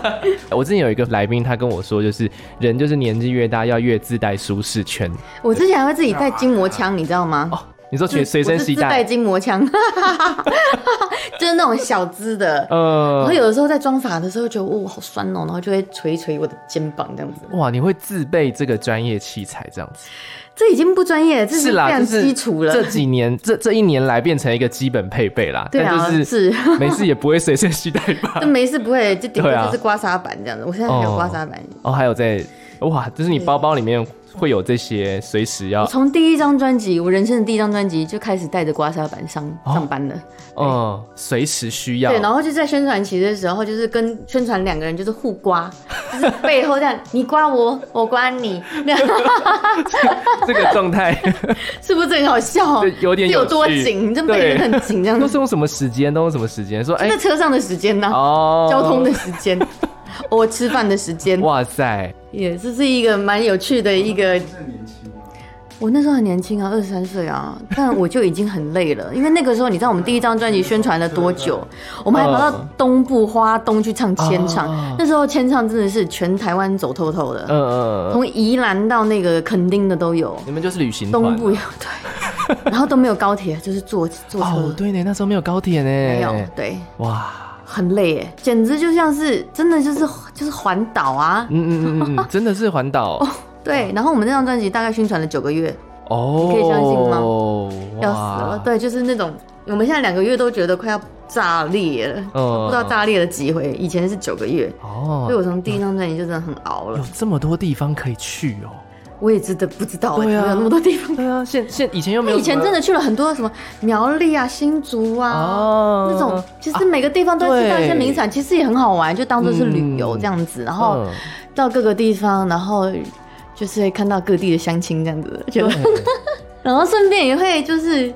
S1: [laughs] 我之前有一个来宾，他跟我说，就是人就是年纪越大，要越自带舒适圈。
S2: 我之前还会自己带筋膜枪，你知道吗？
S1: 哦，你说
S2: 就是
S1: 随随身
S2: 嗯我是
S1: 携
S2: 自带
S1: 带，
S2: 筋膜
S1: [laughs]
S2: 枪，[laughs] 就是那种小支的。
S1: 呃
S2: 然后有的时候在装法的时候，觉得哦好酸哦，然后就会捶一捶我的肩膀这样子。
S1: 哇，你会自备这个专业器材这样子？
S2: 这已经不专业，这
S1: 是
S2: 非
S1: 啦，
S2: 常
S1: 就是
S2: 基础了。
S1: 这几年，这这一年来变成一个基本配备啦。
S2: 对啊
S1: 但就是 [laughs]
S2: 是
S1: 没事也不会随身携带
S2: [laughs]
S1: 吧
S2: [laughs] 就。没事不会，就顶多
S1: 对啊
S2: 就是刮痧板这样子。我现在还有刮痧板，
S1: 哦，还有在哇，就是你包包里面会有这些，随时要
S2: 我从第一张专辑，我人生的第一张专辑就开始带着刮痧板上、上班了。
S1: 嗯，随时需哦要
S2: 对，。然后就在宣传期的时候，就是跟宣传两个人就是互刮，就是背后这样，你刮我，我刮你，那样
S1: [laughs] 这个状态
S2: 是不是很好笑？
S1: 对有点
S2: 是有
S1: 趣
S2: 多紧，这背
S1: 对
S2: 得很紧，这样
S1: 都
S2: 子。
S1: 是用什么时间？都用什么时间？说哎
S2: 在车上的时间呢、
S1: 哦，
S2: 交通的。时
S1: [laughs]
S2: 间，我吃饭的时间，
S1: 哇塞，
S2: 也这是一个蛮有趣的一个
S3: 年轻啊吗？
S2: 我那时候很年轻啊，二十三岁啊，但我就已经很累了，因为那个时候你知道我们第一张专辑宣传了多久？我们还跑到东部花东去唱签唱，
S1: 哦
S2: 那时候签唱真的是全台湾走透透的，
S1: 嗯嗯，嗯
S2: 从宜兰到那个垦丁的都有，
S1: 你们就是旅行团啊
S2: 东部有对，然后都没有高铁，就是坐坐
S1: 哦，
S2: 车，
S1: 对呢，那时候没有高铁呢，
S2: 没有
S1: 哎
S2: 对，
S1: 哇，
S2: 很累耶，简直就像是真的就是就是环岛啊，
S1: 嗯嗯嗯嗯嗯，真的是环
S2: [laughs]
S1: 岛嗯
S2: 对，然后我们那张专辑大概宣传了九个月，
S1: 哦，
S2: 你可以相信吗
S1: 哇
S2: 要死了，对，就是那种我们现在两个月都觉得快要炸裂了，
S1: 嗯
S2: 不知道炸裂了几回。以前是九个月，所以我
S1: 哦，
S2: 从第一张专辑就真的很熬
S1: 有
S2: 了。
S1: 这么多地方可以去哦。
S2: 我也真的不知道、欸，
S1: 对啊
S2: 有那么多地方。
S1: 对啊，现现以前又没有
S2: 以
S1: 什
S2: 前
S1: 么，
S2: 真的去了很多什么苗栗啊、新竹啊、
S1: 哦啊
S2: 那种，其实每个地方都知道一些名产，其实也很好玩，就当做是旅游这样子。然后
S1: 嗯
S2: 到各个地方，然后就是会看到各地的乡亲这样子，觉得
S1: 对
S2: [laughs] 然后顺便也会就是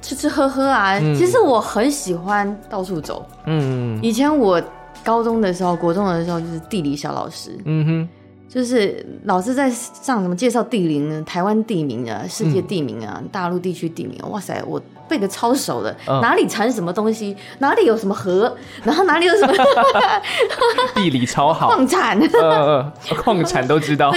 S2: 吃吃喝喝啊。
S1: 嗯
S2: 其实我很喜欢到处走。
S1: 嗯
S2: 以前我高中的时候、国中的时候，就是地理小老师，
S1: 嗯哼，
S2: 就是老师在上什么介绍地理呢、台湾地名啊、
S1: 嗯
S2: 世界地名啊、大陆地区地名啊，哇塞，我背的超熟的，
S1: 嗯
S2: 哪里产什么东西，哪里有什么河，然后哪里有什么 [laughs]
S1: 地理超好，
S2: 矿产， [laughs]
S1: 嗯嗯，嗯矿产都知道，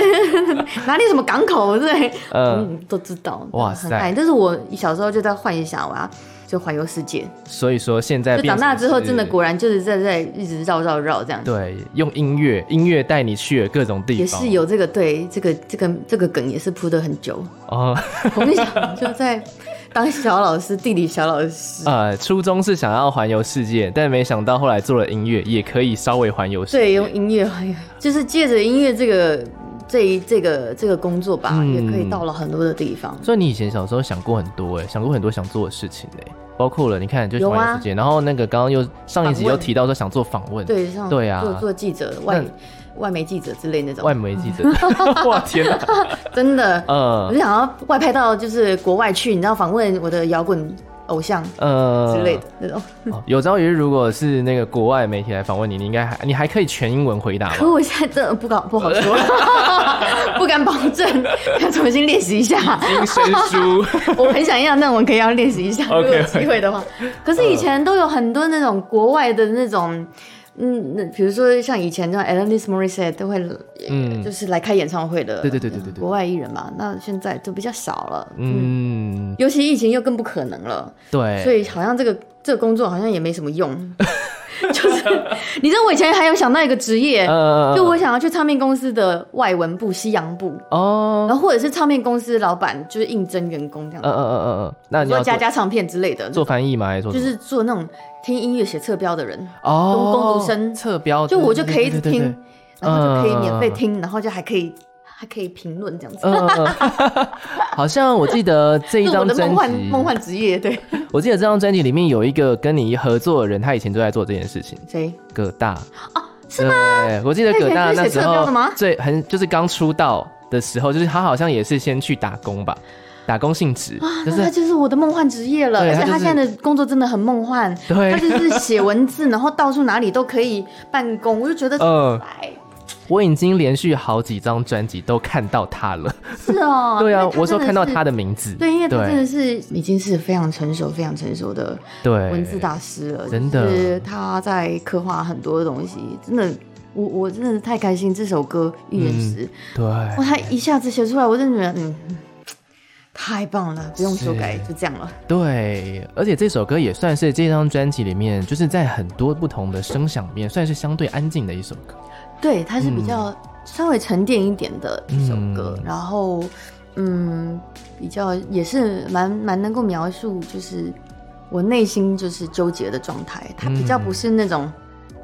S2: 哪里有什么港口，对，
S1: 嗯，
S2: 嗯，都知道，
S1: 哇
S2: 很
S1: 塞
S2: 爱。但是我小时候就在幻想我要就环游世界，
S1: 所以说现在
S2: 就
S1: 变
S2: 长
S1: 成
S2: 大之后
S1: 是
S2: 真的果然就是在在一直绕绕绕这样子。
S1: 对，用音乐音乐带你去了各种地
S2: 也
S1: 方，
S2: 是有这个对这个这个这个梗也是铺的很
S1: [laughs]
S2: 久，
S1: 哦，
S2: 从小就在当小老师，地理小老师。
S1: 呃，初衷是想要环游世界，但没想到后来做了音乐，也可以稍微环游世界。
S2: 对，用音乐，就是借着音乐这个这一这个这个工作吧，
S1: 嗯
S2: 也可以到了很多的地方。
S1: 所以你以前小时候想过很多哎，想过很多想做的事情哎，包括了你看就
S2: 有啊
S1: 环游世界，然后那个刚刚又上一集
S2: 访问
S1: 又提到说想做访问，
S2: 对，像
S1: 对啊
S2: 做做记者、外
S1: 那
S2: 外媒记者之类那
S1: 外
S2: 种，
S1: 媒记者，哇天哪，
S2: 真的，我
S1: 呃
S2: 就想要外派到就是国外去，你知道访问我的摇滚偶像
S1: 呃
S2: 之类的那种。
S1: 哦有朝一日如果是那个国外媒体来访问你，你应该还你还可以全英文回答吧
S2: 可？我现在真的不搞不
S1: [laughs]
S2: 好说，不敢保证，要重新练习一下。
S1: 英生疏，
S2: 我很想要，那我可以要练习一下，如
S1: OK，
S2: 果有机会的话。可是以前都有很多那种国外的那种，嗯，那比如说像以前这种 Alanis Morissette 都会，
S1: 嗯
S2: 就是来开演唱会的，
S1: 对对对对对对
S2: 国外艺人嘛。那现在就比较少了，嗯，
S1: 嗯，
S2: 尤其疫情又更不可能了，所
S1: 对，
S2: 以好像这个这个工作好像也没什么用。 [laughs] 就是你知道，我以前还有想到一个职业，
S1: 呃
S2: 就我想要去唱片公司的外文部、西洋部，
S1: 哦，
S2: 然后或者是唱片公司老板就是应征员工这样
S1: 嗯嗯嗯嗯嗯，那
S2: 你
S1: 你
S2: 说
S1: 要
S2: 加
S1: 做
S2: 加唱片之类的，
S1: 做翻译吗？还是做什
S2: 就
S1: 么
S2: 是做那种听音乐写侧标的人，
S1: 哦，
S2: 工读生
S1: 侧标，
S2: 就我就可以一直
S1: 对
S2: 听，然后就可以免费
S1: 嗯
S2: 听，然后就还可以还可以评论这样子。
S1: 对对对对嗯，
S2: [laughs]
S1: 好像我记得这一
S2: 是我
S1: 张
S2: 的
S1: 专
S2: 梦幻
S1: 辑，
S2: 梦幻职业，对，
S1: 我记得这张专辑里面有一个跟你合作的人，他以前就在做这件事情，
S2: 谁？
S1: 葛大是吗？我记得
S2: 哦他以
S1: 葛
S2: 前
S1: 大
S2: 就是
S1: 那
S2: 写
S1: 时
S2: 侧标的
S1: 候
S2: 吗
S1: 最很就是刚出道的时候，就是他好像也是先去打工吧，打工性质，就
S2: 那他
S1: 是
S2: 就是我的梦幻职业了，
S1: 对
S2: 而且
S1: 他
S2: 他
S1: 就是
S2: 现在的工作真的很梦幻，
S1: [laughs] 对
S2: 他就是写文
S1: [laughs]
S2: 字，然后到处哪里都可以办公，我就觉得
S1: 嗯
S2: 哎，
S1: 我已经连续好几张专辑都看到他了，，
S2: 是哦
S1: 对啊
S2: 因为，他
S1: 我说
S2: 真的
S1: 看到
S2: 是
S1: 他的名字，
S2: 对，因为他真
S1: 对
S2: 的是已经是非常成熟、非常成熟的
S1: 对
S2: 文字大师了，
S1: 真的
S2: 就是他在刻画很多东西，真的，我我真的是太开心这首歌《
S1: 嗯
S2: 预言石》
S1: 对，
S2: 哇，他一下子写出来，我真的觉得，嗯，太棒了，不用修改，
S1: 是
S2: 就这样了。
S1: 对，而且这首歌也算是这张专辑里面，就是在很多不同的声响里面，算是相对安静的一首歌。
S2: 对，它是比较稍微沉淀一点的一首歌，
S1: 嗯
S2: 嗯然后，嗯，比较也是蛮蛮能够描述，就是我内心就是纠结的状态。它比较不是那种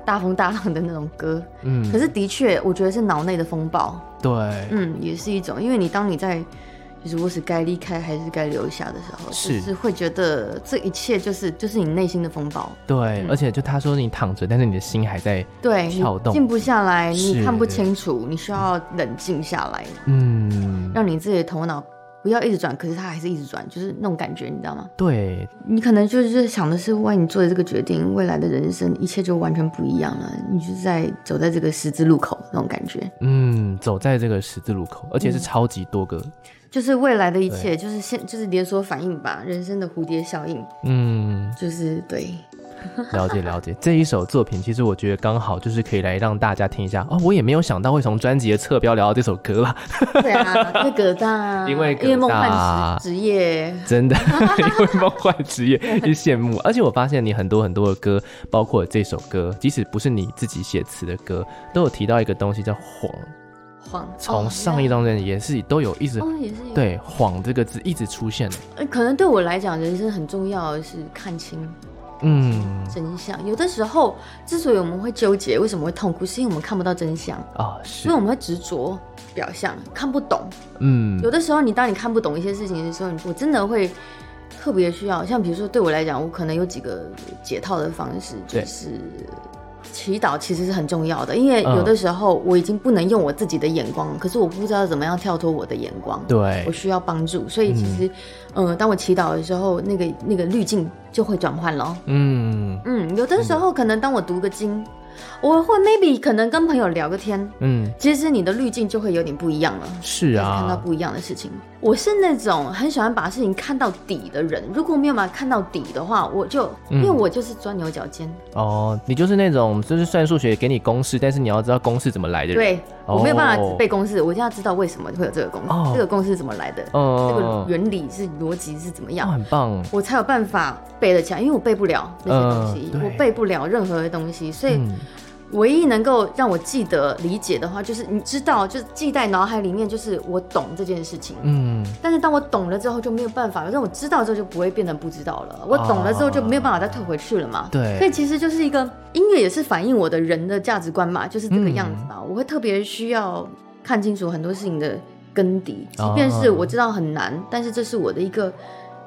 S2: 大风大浪的那种歌，
S1: 嗯，
S2: 可是的确，我觉得是脑内的风暴，
S1: 对，
S2: 嗯，也是一种，因为你当你在。就是我是该离开还是该留下的时候，
S1: 是
S2: 就是会觉得这一切就是就是你内心的风暴，
S1: 对，而且就他说你躺着，但是你的心还在，
S2: 对，你
S1: 跳动
S2: 静不下来，
S1: 是
S2: 你看不清楚，你需要冷静下来，
S1: 嗯，
S2: 让你自己的头脑不要一直转，可是它还是一直转，就是那种感觉，你知道吗？
S1: 对，
S2: 你可能就是想的是，万一你做了这个决定，未来的人生一切就完全不一样了，你就是在走在这个十字路口那种感觉，
S1: 嗯，走在这个十字路口，而且是超级多个，
S2: 就是未来的一切，就是现就是连锁反应吧，人生的蝴蝶效应，
S1: 嗯，
S2: 就是对，
S1: 了解了解。这一首作品，其实我觉得刚好就是可以来让大家听一下哦，我也没有想到会从专辑的侧标聊到这首歌啦，
S2: 对啊，因为葛
S1: [laughs]
S2: 大，
S1: 因为葛大
S2: 因为梦幻职职业，
S1: 真的， [laughs] 因为梦幻职
S2: [laughs]
S1: 业一羡慕。而且我发现你很多很多的歌，包括这首歌，即使不是你自己写词的歌，都有提到一个东西叫“谎
S2: 晃，
S1: 从上一
S2: 张
S1: 张专辑也是都有一直、
S2: 哦也是有，
S1: 对“晃”这个字一直出现。
S2: 呃可能对我来讲，人生很重要的是看清
S1: 嗯
S2: 真相。有的时候，之所以我们会纠结，为什么会痛苦，是因为我们看不到真相，
S1: 啊
S2: 所
S1: 是
S2: 以我们会执着表象，看不懂。
S1: 嗯
S2: 有的时候，你当你看不懂一些事情的时候，你我真的会特别需要，像比如说对我来讲，我可能有几个解套的方式，就
S1: 对
S2: 是祈祷其实是很重要的，因为
S1: 嗯
S2: 有的时候我已经不能用我自己的眼光，可是我不知道怎么样跳脱我的眼光，
S1: 对
S2: 我需要帮助，所以其实，嗯、当我祈祷的时候，那个那个滤镜就会转换了。
S1: 嗯
S2: 嗯，有的时候可能当我读个经，我会 maybe 可能跟朋友聊个天，
S1: 嗯
S2: 其实你的滤镜就会有点不一样了。
S1: 是
S2: 开始看到
S1: 啊
S2: 不一样的事情。我是那种很喜欢把事情看到底的人，如果没有办法看到底的话，我就、
S1: 嗯
S2: 因为我就是钻牛角尖，
S1: 哦，你就是那种就是算数学给你公式，但是你要知道公式怎么来的人。，
S2: 对、我没有办法
S1: 哦
S2: 只背公式，我一定要知道为什么会有这个公式，
S1: 哦
S2: 这个公式怎么来的，这个
S1: 嗯，
S2: 原理是逻辑是怎么
S1: 哦
S2: 样。
S1: 很棒，
S2: 我才有办法背得起来，因为我背不了那些东西，
S1: 嗯对
S2: 我背不了任何的东西，所以
S1: 嗯
S2: 唯一能够让我记得、理解的话，就是你知道，就是记在脑海里面，就是我懂这件事情。
S1: 嗯
S2: 但是当我懂了之后就没有办法了，让我知道之后就不会变成不知道了。我懂了之后就没有办法再退回去了嘛。
S1: 啊对
S2: 所以其实就是一个音乐也是反映我的人的价值观嘛，就是这个样子嘛。
S1: 嗯
S2: 我会特别需要看清楚很多事情的根底，即
S1: 哦
S2: 便是我知道很难，但是这是我的一个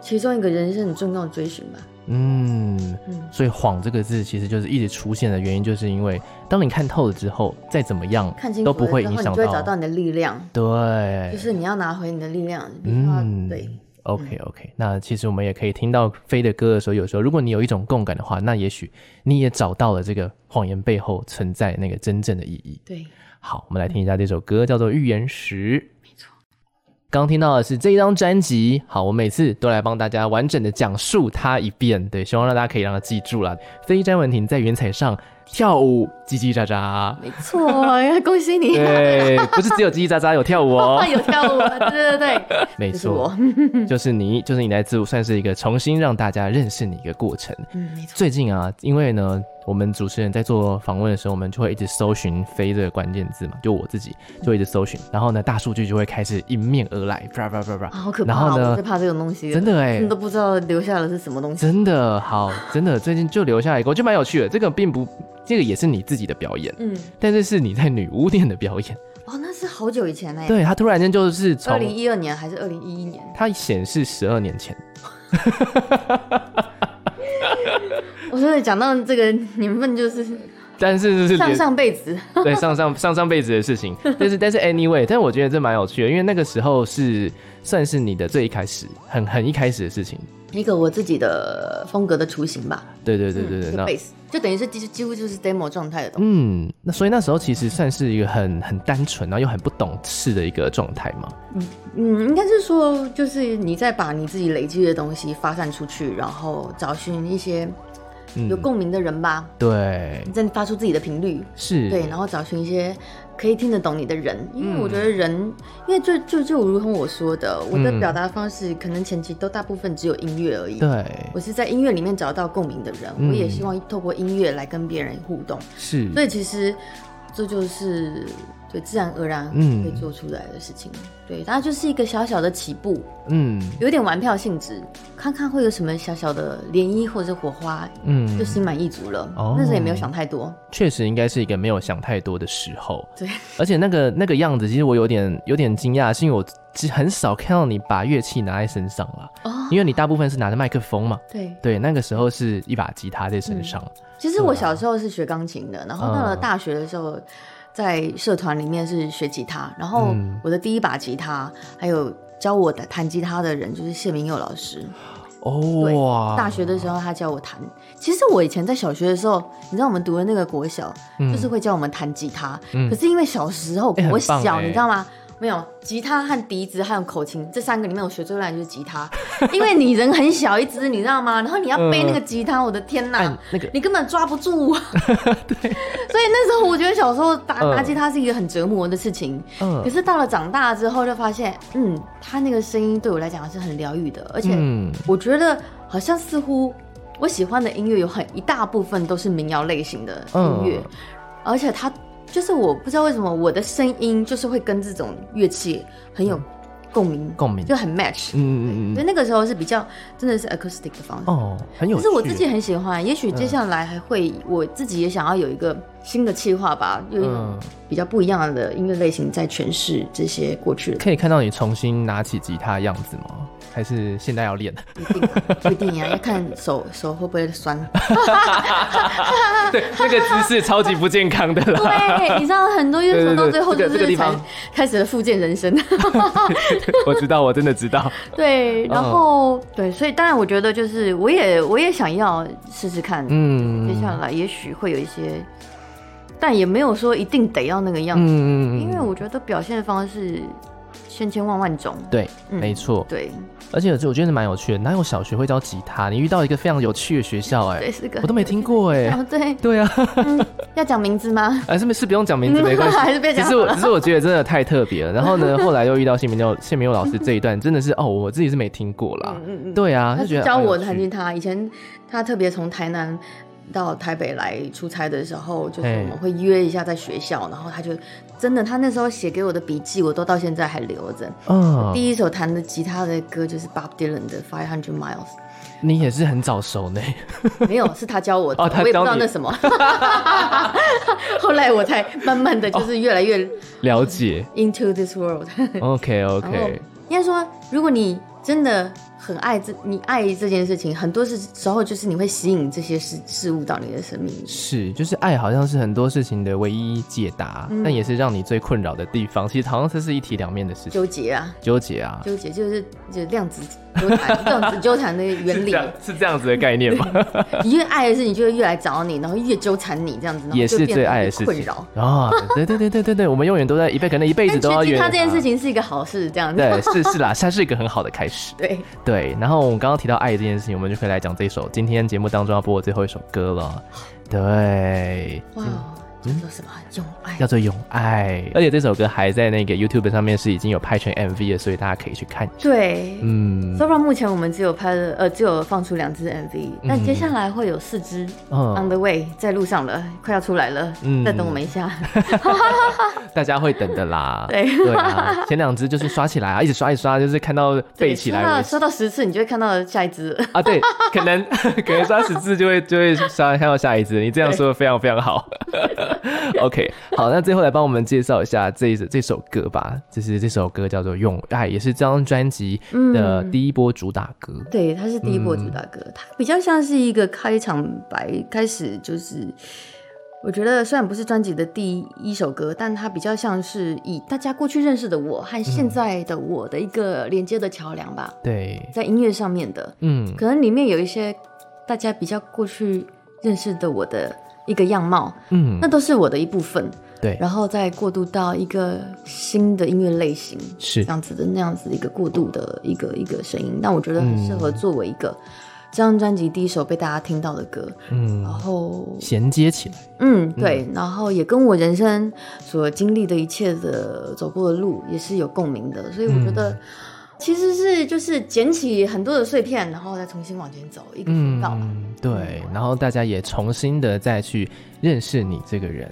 S2: 其中一个人生很重要的追寻吧。
S1: 嗯
S2: 嗯，
S1: 所以“晃”这个字其实就是一直出现的原因，就是因为当你看透了之后，再怎么样
S2: 看清楚
S1: 都
S2: 了
S1: 不会
S2: 之后，
S1: 影
S2: 你
S1: 响
S2: 就会找
S1: 到
S2: 到。你的力量，就
S1: 对，
S2: 是你要拿回你的力量，你要、
S1: 哎嗯，
S2: 对。嗯
S1: OK OK，那其实我们也可以听到飞的歌的时候，有时候如果你有一种共感的话，那也许你也找到了这个谎言背后存在那个真正的意义。
S2: 对，
S1: 好，我们来听一下这首歌，叫做《预言石》。没错，刚听到的是这一张专辑。好，我每次都来帮大家完整的讲述它一遍，对，希望让大家可以让它记住啦。非詹文婷在云彩上跳舞，叽叽喳喳。
S2: 没错，恭喜你，
S1: 对，不是只有叽叽喳喳有跳舞
S2: [laughs]
S1: 哦，
S2: 有跳舞了，对对对，
S1: 没
S2: 哎就是
S1: 错
S2: 我，，
S1: 就是你，就是你来自我，算是一个重新让大家认识你一个过程。
S2: 嗯，没错。
S1: 最近啊，因为呢，我们主持人在做访问的时候，我们就会一直搜寻“飞”这个关键字嘛，就我自己就一直搜寻，然后呢，大数据就会开始迎面而来，啪啪啪啪。
S2: 啊，好可怕、
S1: 然
S2: 啊！
S1: 后
S2: 我
S1: 呢
S2: 最，怕这种东西了，
S1: 真的哎、
S2: 真的都不知道留下的是什么东西。
S1: 真的好，真的最近就留下一个，我觉得蛮有趣的。这个并不，这个也是你自己的表演，
S2: 嗯，
S1: 但是是你在女巫店的表演。
S2: 哦，那是好久以前哎、欸，
S1: 对，他突然间就是
S2: 二零
S1: 从
S2: 一二年还是二零一一年？
S1: 它显示十二年前，
S2: [laughs] 我真的讲到这个年份，就是
S1: 但是就是
S2: 上
S1: 连
S2: 上辈子。 [laughs]
S1: 对上上上上辈子的事情，但是但是 anyway，但我觉得这蛮有趣的，因为那个时候是算是你的最一开始，很很一开始的事情。
S2: 一个我自己的风格的雏形吧，
S1: 对对对对对，
S2: 嗯就
S1: 那
S2: bass，就等于是几几乎就是 demo 状态的东西。
S1: 嗯，那所以那时候其实算是一个很很单纯，然后又很不懂事的一个状态嘛。
S2: 嗯，应该是说，就是你在把你自己累积的东西发散出去，然后找寻一些
S1: 嗯
S2: 有共鸣的人吧，
S1: 对，
S2: 你再发出自己的频率，
S1: 是，
S2: 对，然后找寻一些可以听得懂你的人，因为我觉得人，因为就就就如同我说的，我的
S1: 嗯
S2: 表达方式可能前期都大部分只有音乐而已。
S1: 对，
S2: 我是在音乐里面找到共鸣的人，
S1: 嗯
S2: 我也希望透过音乐来跟别人互动，
S1: 是，
S2: 所以其实这就是对自然而然
S1: 嗯
S2: 会做出来的事情。对，它就是一个小小的起步，
S1: 嗯
S2: 有点玩票性质，看看会有什么小小的涟漪或者火花，
S1: 嗯
S2: 就，心满意足了。
S1: 哦
S2: 那时候也没有想太多，
S1: 确实应该是一个没有想太多的时候。
S2: 对，
S1: [laughs] 而且那个那个样子，其实我有点有点惊讶，是因为我其实很少看到你把乐器拿在身上啦，
S2: 哦，
S1: 因为你大部分是拿着麦克风嘛。
S2: 对。
S1: 对，那个时候是一把吉他在
S2: 嗯
S1: 身上，
S2: 其实我小时候是学钢琴的，然后到了大学的时候，在社团里面是学吉他，然后
S1: 嗯
S2: 我的第一把吉他，还有教我弹吉他的人就是谢明佑老师。对
S1: 哦哇，
S2: 大学的时候他教我弹。其实我以前在小学的时候，你知道我们读的那个国小，就是会教我们弹吉他，
S1: 嗯
S2: 可是因为小时候
S1: 哎很
S2: 国小，
S1: 棒哎
S2: 你知道吗？没有吉他和笛子还有口琴这三个里面，我学最烂的就是吉他， [laughs] 因为你人很小一只，你知道吗？然后你要背那个吉他，我的天呐！
S1: 按那个
S2: 你根本抓
S1: [laughs]
S2: 不住。 [laughs] 对，所以那时候我觉得小时候打
S1: 嗯
S2: 打吉他是一个很折磨的事情。
S1: 嗯
S2: [laughs] 可是到了长大之后，就发现，嗯，他那个声音对我来讲是很疗愈的，而且
S1: 嗯
S2: 我觉得好像似乎
S1: 嗯
S2: 我喜欢的音乐有很一大部分都是民谣类型的音乐，而且它就是我不知道为什么我的声音就是会跟这种乐器很有共鸣，
S1: 嗯共鸣
S2: 就很 match。
S1: 嗯嗯嗯
S2: 对，
S1: 嗯，
S2: 那个时候是比较真的是 acoustic 的方式。
S1: 哦，很有
S2: 可
S1: 趣。
S2: 是我自己很喜欢，也许接下来还会，我自己也想要有一个新的计划吧，有一种
S1: 嗯，
S2: 比较不一样的音乐类型在诠释这些过去的，
S1: 可以看到你重新拿起吉他的样子吗？还是现在要
S2: [laughs]
S1: 练？
S2: 不一
S1: [laughs]
S2: 定啊，不一定呀、要看手手会不会酸。
S1: 对，那个姿势超级不健康的啦。
S2: 对，你知道很多乐手到最后
S1: 对
S2: 就
S1: 对对这个这个地
S2: 是才
S1: 方
S2: 开始了复健人生。 [laughs]
S1: [laughs] 我知道，我真的知道。
S2: 对，然
S1: 嗯
S2: 后、对，所以当然我觉得就是我也我也想要试试看，
S1: 嗯，
S2: 接下来也许会有一些，但也没有说一定得要那个样子，
S1: 嗯，嗯嗯嗯，
S2: 因为我觉得表现方式千千万万种。
S1: 对，
S2: 嗯
S1: 没错。
S2: 对
S1: 而且我觉得蛮有趣的，哪有小学会教吉他？你遇到一个非常有趣的学校、
S2: 对，
S1: 哎，
S2: 是个
S1: 我都没听过、
S2: 然
S1: 哎，
S2: 后 [laughs] 对，
S1: 对啊，
S2: 要讲名字吗？
S1: 哎，是不是不用讲名字没关系？
S2: [laughs] 还是别
S1: 只
S2: 讲
S1: 是
S2: 好
S1: 我，
S2: 了。
S1: 只是我觉得真的太特别
S2: [laughs]
S1: 了。然后呢，后来又遇到谢明佑、谢明佑老师这一段，真的是哦，我自己是没听过啦。
S2: 嗯嗯
S1: 对啊，
S2: 他
S1: 就觉得
S2: 教
S1: 蛮有
S2: 我
S1: 趣
S2: 弹吉他，以前他特别从台南到台北来出差的时候，就是
S1: 嘿
S2: 我们会约一下在学校，然后他就真的，他那时候写给我的笔记，我都到现在还留着。
S1: 嗯，
S2: 第一首弹的吉他的歌就是 Bob Dylan 的《Five
S1: [laughs]
S2: Hundred Miles
S1: 你也是很早熟呢。》， [laughs]
S2: 没有，是他教我的，
S1: 哦他
S2: 我也不
S1: 教
S2: 知道
S1: 你
S2: 那什么。 [laughs] 后来我才慢慢的
S1: 哦
S2: 就是越来越
S1: 了解
S2: into this world。
S1: ，OK
S2: 然后
S1: OK，
S2: 应该说，如果你真的很爱这，你爱这件事情，很多事时候就是你会吸引这些事事物到你的生命里。
S1: 是，就是爱好像是很多事情的唯一解答，
S2: 嗯
S1: 但也是让你最困扰的地方。其实好像这是一体两面的事情，
S2: 纠结啊，
S1: 纠结啊，
S2: 纠结就是就是量子纠
S1: [laughs]
S2: 缠，量子纠缠的原
S1: 是
S2: 理
S1: 这，样是这样子的概
S2: [laughs]
S1: 念吗？
S2: 你越爱的事情就会越来找你，然后越纠缠你这样子，然后
S1: 也
S2: 就是变
S1: 最
S2: 得
S1: 爱
S2: 很
S1: 的事
S2: 困
S1: 情
S2: 扰。
S1: 啊！对对对对对对，我们永远都在一辈，可能一辈子
S2: 但
S1: 都要
S2: 学吉
S1: 远。
S2: 他这件事，情是一个好事，这 [laughs] 样子。
S1: 对，是是啦，它是一个很好的开始。
S2: 对，
S1: 对，然后我们刚刚提到爱这件事情，我们就可以来讲这首今天节目当中要播的最后一首歌了。对，
S2: 哇，
S1: 嗯
S2: 叫做什么用爱
S1: 叫？做《永爱》，而且这首歌还在那个 YouTube 上面是已经有拍成 MV 了，所以大家可以去看。
S2: [laughs] 对，
S1: 嗯
S2: s o f a 目前我们只有拍了呃，只有放出两支 MV，那、接下来会有四支、
S1: 嗯
S2: on the way，在路上了，快要出来了，
S1: 嗯
S2: 再等我们
S1: [laughs]
S2: 一下。
S1: 大家会等的啦。
S2: 对
S1: 啊，前两支就是刷起来啊，一直刷一直刷，就是看到背起来
S2: 刷到
S1: 为止
S2: 刷到十次，你就会看到下
S1: [laughs]
S2: 一支。
S1: 啊。对，可能 [laughs] 可能刷十次就会就会刷看到下一支。你这样说的非常非常好。OK，好，那最后来帮我们介绍一下这一首这首歌吧，就是这首歌叫做《用爱》，也是这张专辑的第一波主打歌。
S2: 对，它是第一波主打歌，它比较像是一个开场白，开始就是。我觉得虽然不是专辑的第一首歌，但它比较像是以大家过去认识的我和
S1: 嗯
S2: 现在的我的一个连接的桥梁吧，
S1: 对，
S2: 在音乐上面的。
S1: 嗯，
S2: 可能里面有一些大家比较过去认识的我的一个样貌，
S1: 嗯
S2: 那，都是我的一部分，
S1: 对，
S2: 然后再过渡到一个新的音乐类型，
S1: 是
S2: 这样子的那样子的一个过渡的一个一个声音，那我觉得很适合
S1: 嗯
S2: 作为一个这张专辑第一首被大家听到的歌，
S1: 嗯
S2: 然，后
S1: 衔接起来。
S2: 嗯对，然后也跟我人生所经历的一切的走过的路也是有共鸣的，所以我觉
S1: 嗯
S2: 得。其实是就是捡起很多的碎片，然后再重新往前走，一个宣告吧。
S1: 嗯，对，然后大家也重新的再去认识你这个人。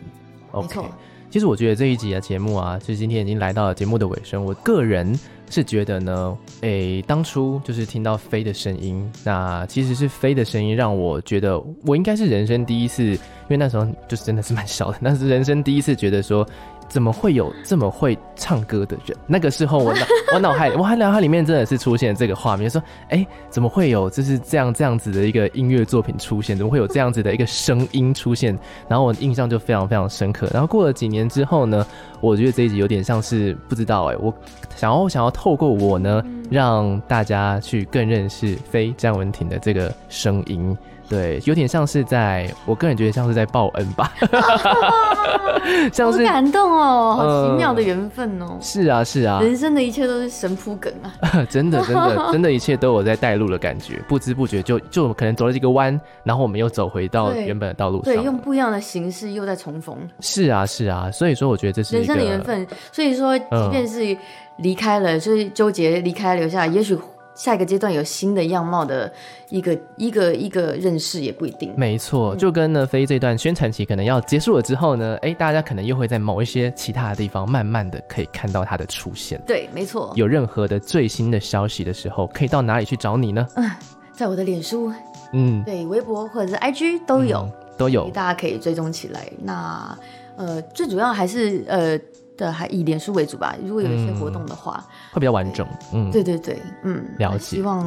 S1: OK，
S2: 错
S1: 其实我觉得这一集的节目啊，就是今天已经来到了节目的尾声。我个人是觉得呢，诶，当初就是听到飞的声音，那其实是飞的声音让我觉得我应该是人生第一次，因为那时候就是真的是蛮小的，那是人生第一次觉得说。怎么会有这么会唱歌的人？那个时候我脑 [laughs] 我脑海我脑海里面真的是出现这个画面，说哎、诶怎么会有就是这样这样子的一个音乐作品出现？怎么会有这样子的一个声音出现？然后我印象就非常非常深刻。然后过了几年之后呢，我觉得这一集有点像是不知道哎、我想要想要透过我呢，
S2: 嗯
S1: 让大家去更认识非詹文婷的这个声音。对，有点像是在，我个人觉得像是在报恩
S2: [laughs]
S1: 吧，像
S2: 好
S1: 是
S2: 感动哦，好
S1: 嗯
S2: 奇妙的缘分哦。
S1: 是啊是啊，
S2: 人生的一切都是神铺梗啊！
S1: [laughs] 真的，真的，真的，一切都有在带路的感觉，不知不觉就就可能走了这个弯，然后我们又走回到
S2: 对
S1: 原本的道路
S2: 对，
S1: 上
S2: 用
S1: 了。
S2: 不一样的形式又在重逢
S1: 是啊，是啊，所以说我觉得这是
S2: 人
S1: 一个嗯
S2: 生的缘分。所以说，即便是离开了，就是纠结离开留下，也许下一个阶段有新的样貌的一个一个一个认识也不一定。
S1: 没错，就跟呢飞这段宣传期可能要结束了之后呢，哎，大家可能又会在某一些其他的地方慢慢的可以看到它的出现。
S2: 对，没错，
S1: 有任何的最新的消息的时候，可以到哪里去找你呢？
S2: 在我的脸书、
S1: 嗯，
S2: 对微博或者是 IG 都有，
S1: 嗯都有。
S2: 大家可以追踪起来。那呃，最主要还是呃的还以脸书为主吧。如果有一些活动的话，
S1: 会比较完整。嗯，
S2: 对对对，嗯，
S1: 了
S2: 那
S1: 解
S2: 希望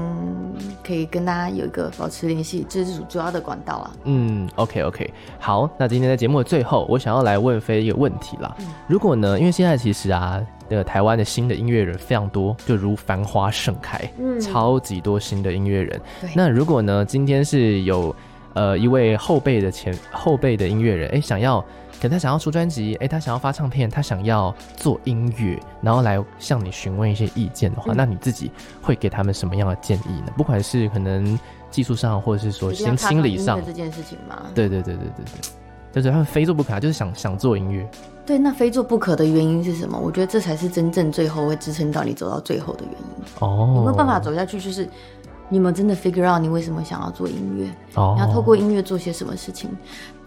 S2: 可以跟大家有一个保持联系，这是主主要的管道啊。
S1: 嗯，OK OK，好，那今天在节目的最后，我想要来问飞一个问题啦。
S2: 嗯
S1: 如果呢，因为现在其实啊，那个台湾的新的音乐人非常多，就如繁花盛开，
S2: 嗯
S1: 超级多新的音乐人
S2: 对。
S1: 那如果呢，今天是有呃一位后辈的前后辈的音乐人，哎，想要，可能他想要出专辑，哎，他想要发唱片，他想要做音乐，然后来向你询问一些意见的话，
S2: 嗯
S1: 那你自己会给他们什么样的建议呢？不管是可能技术上，或者是说
S2: 一定要
S1: 心
S2: 踏
S1: 心
S2: 上
S1: 理
S2: 音乐
S1: 上。
S2: 这件事情嘛，
S1: 对对对对对对，就是他们非做不可啊，就是想想做音乐。
S2: 对，那非做不可的原因是什么？我觉得这才是真正最后会支撑到你走到最后的原因。
S1: 哦，
S2: 有没有办法走下去？就是你有没有真的 figure out 你为什么想要做音乐？
S1: 哦
S2: 你要透过音乐做些什么事情？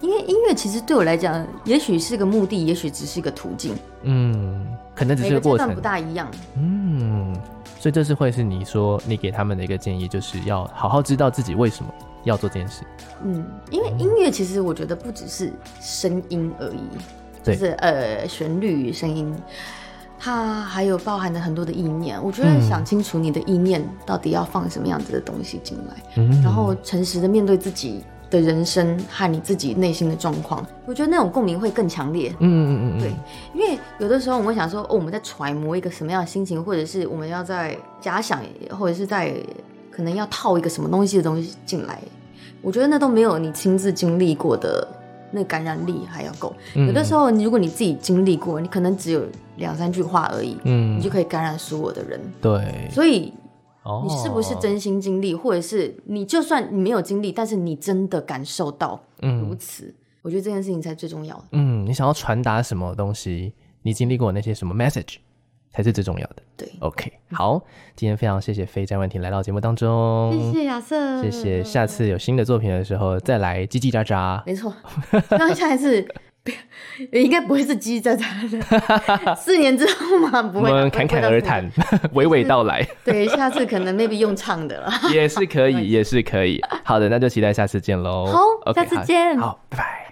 S2: 因为音乐其实对我来讲，也许是个目的，也许只是一个途径，
S1: 嗯，可能只
S2: 每
S1: 是
S2: 个
S1: 个
S2: 阶
S1: 过
S2: 段
S1: 程
S2: 不。大一样。
S1: 嗯，所以这是会是你说你给他们的一个建议，就是要好好知道自己为什么要做这件事。
S2: 嗯，因为音乐其实我觉得不只是声音而已，就
S1: 对
S2: 是呃旋律、声音，它还有包含着很多的意念。我觉得
S1: 嗯
S2: 想清楚你的意念到底要放什么样子的东西进来，
S1: 嗯，
S2: 然后诚实的面对自己的人生和你自己内心的状况，我觉得那种共鸣会更强烈。
S1: 嗯嗯嗯嗯，
S2: 对，因为有的时候我们会想说，哦，我们在揣摩一个什么样的心情，或者是我们要在假想，或者是在可能要套一个什么东西的东西进来，我觉得那都没有你亲自经历过的那感染力还要够。
S1: 嗯
S2: 有的时候，你如果你自己经历过，你可能只有两三句话而已，
S1: 嗯
S2: 你就可以感染所有的人。
S1: 对，
S2: 所以
S1: 哦
S2: 你是不是真心经历，或者是你就算你没有经历，但是你真的感受到如
S1: 嗯
S2: 此，我觉得这件事情才最重要。
S1: 嗯，你想要传达什么东西？你经历过那些什么 message 才是最重要的
S2: 对，
S1: ？OK，好，
S2: 嗯
S1: 今天非常谢谢飞战问题来到节目当中，
S2: 谢谢亚瑟，
S1: 哦谢谢，下次有新的作品的时候再来叽叽喳喳。
S2: 没错，那下一次不要应该不会是叽叽喳喳的，四年之后嘛，不
S1: 我们
S2: 会，不会
S1: 侃侃
S2: 到四
S1: 而
S2: 年。
S1: 谈， [laughs] 娓娓道来
S2: 对，下次可能 maybe 用唱的了。 [laughs]
S1: 也是可以，也是可以。好的，那就期待下次见喽。
S2: 好
S1: OK，
S2: 下次见
S1: 好，拜拜。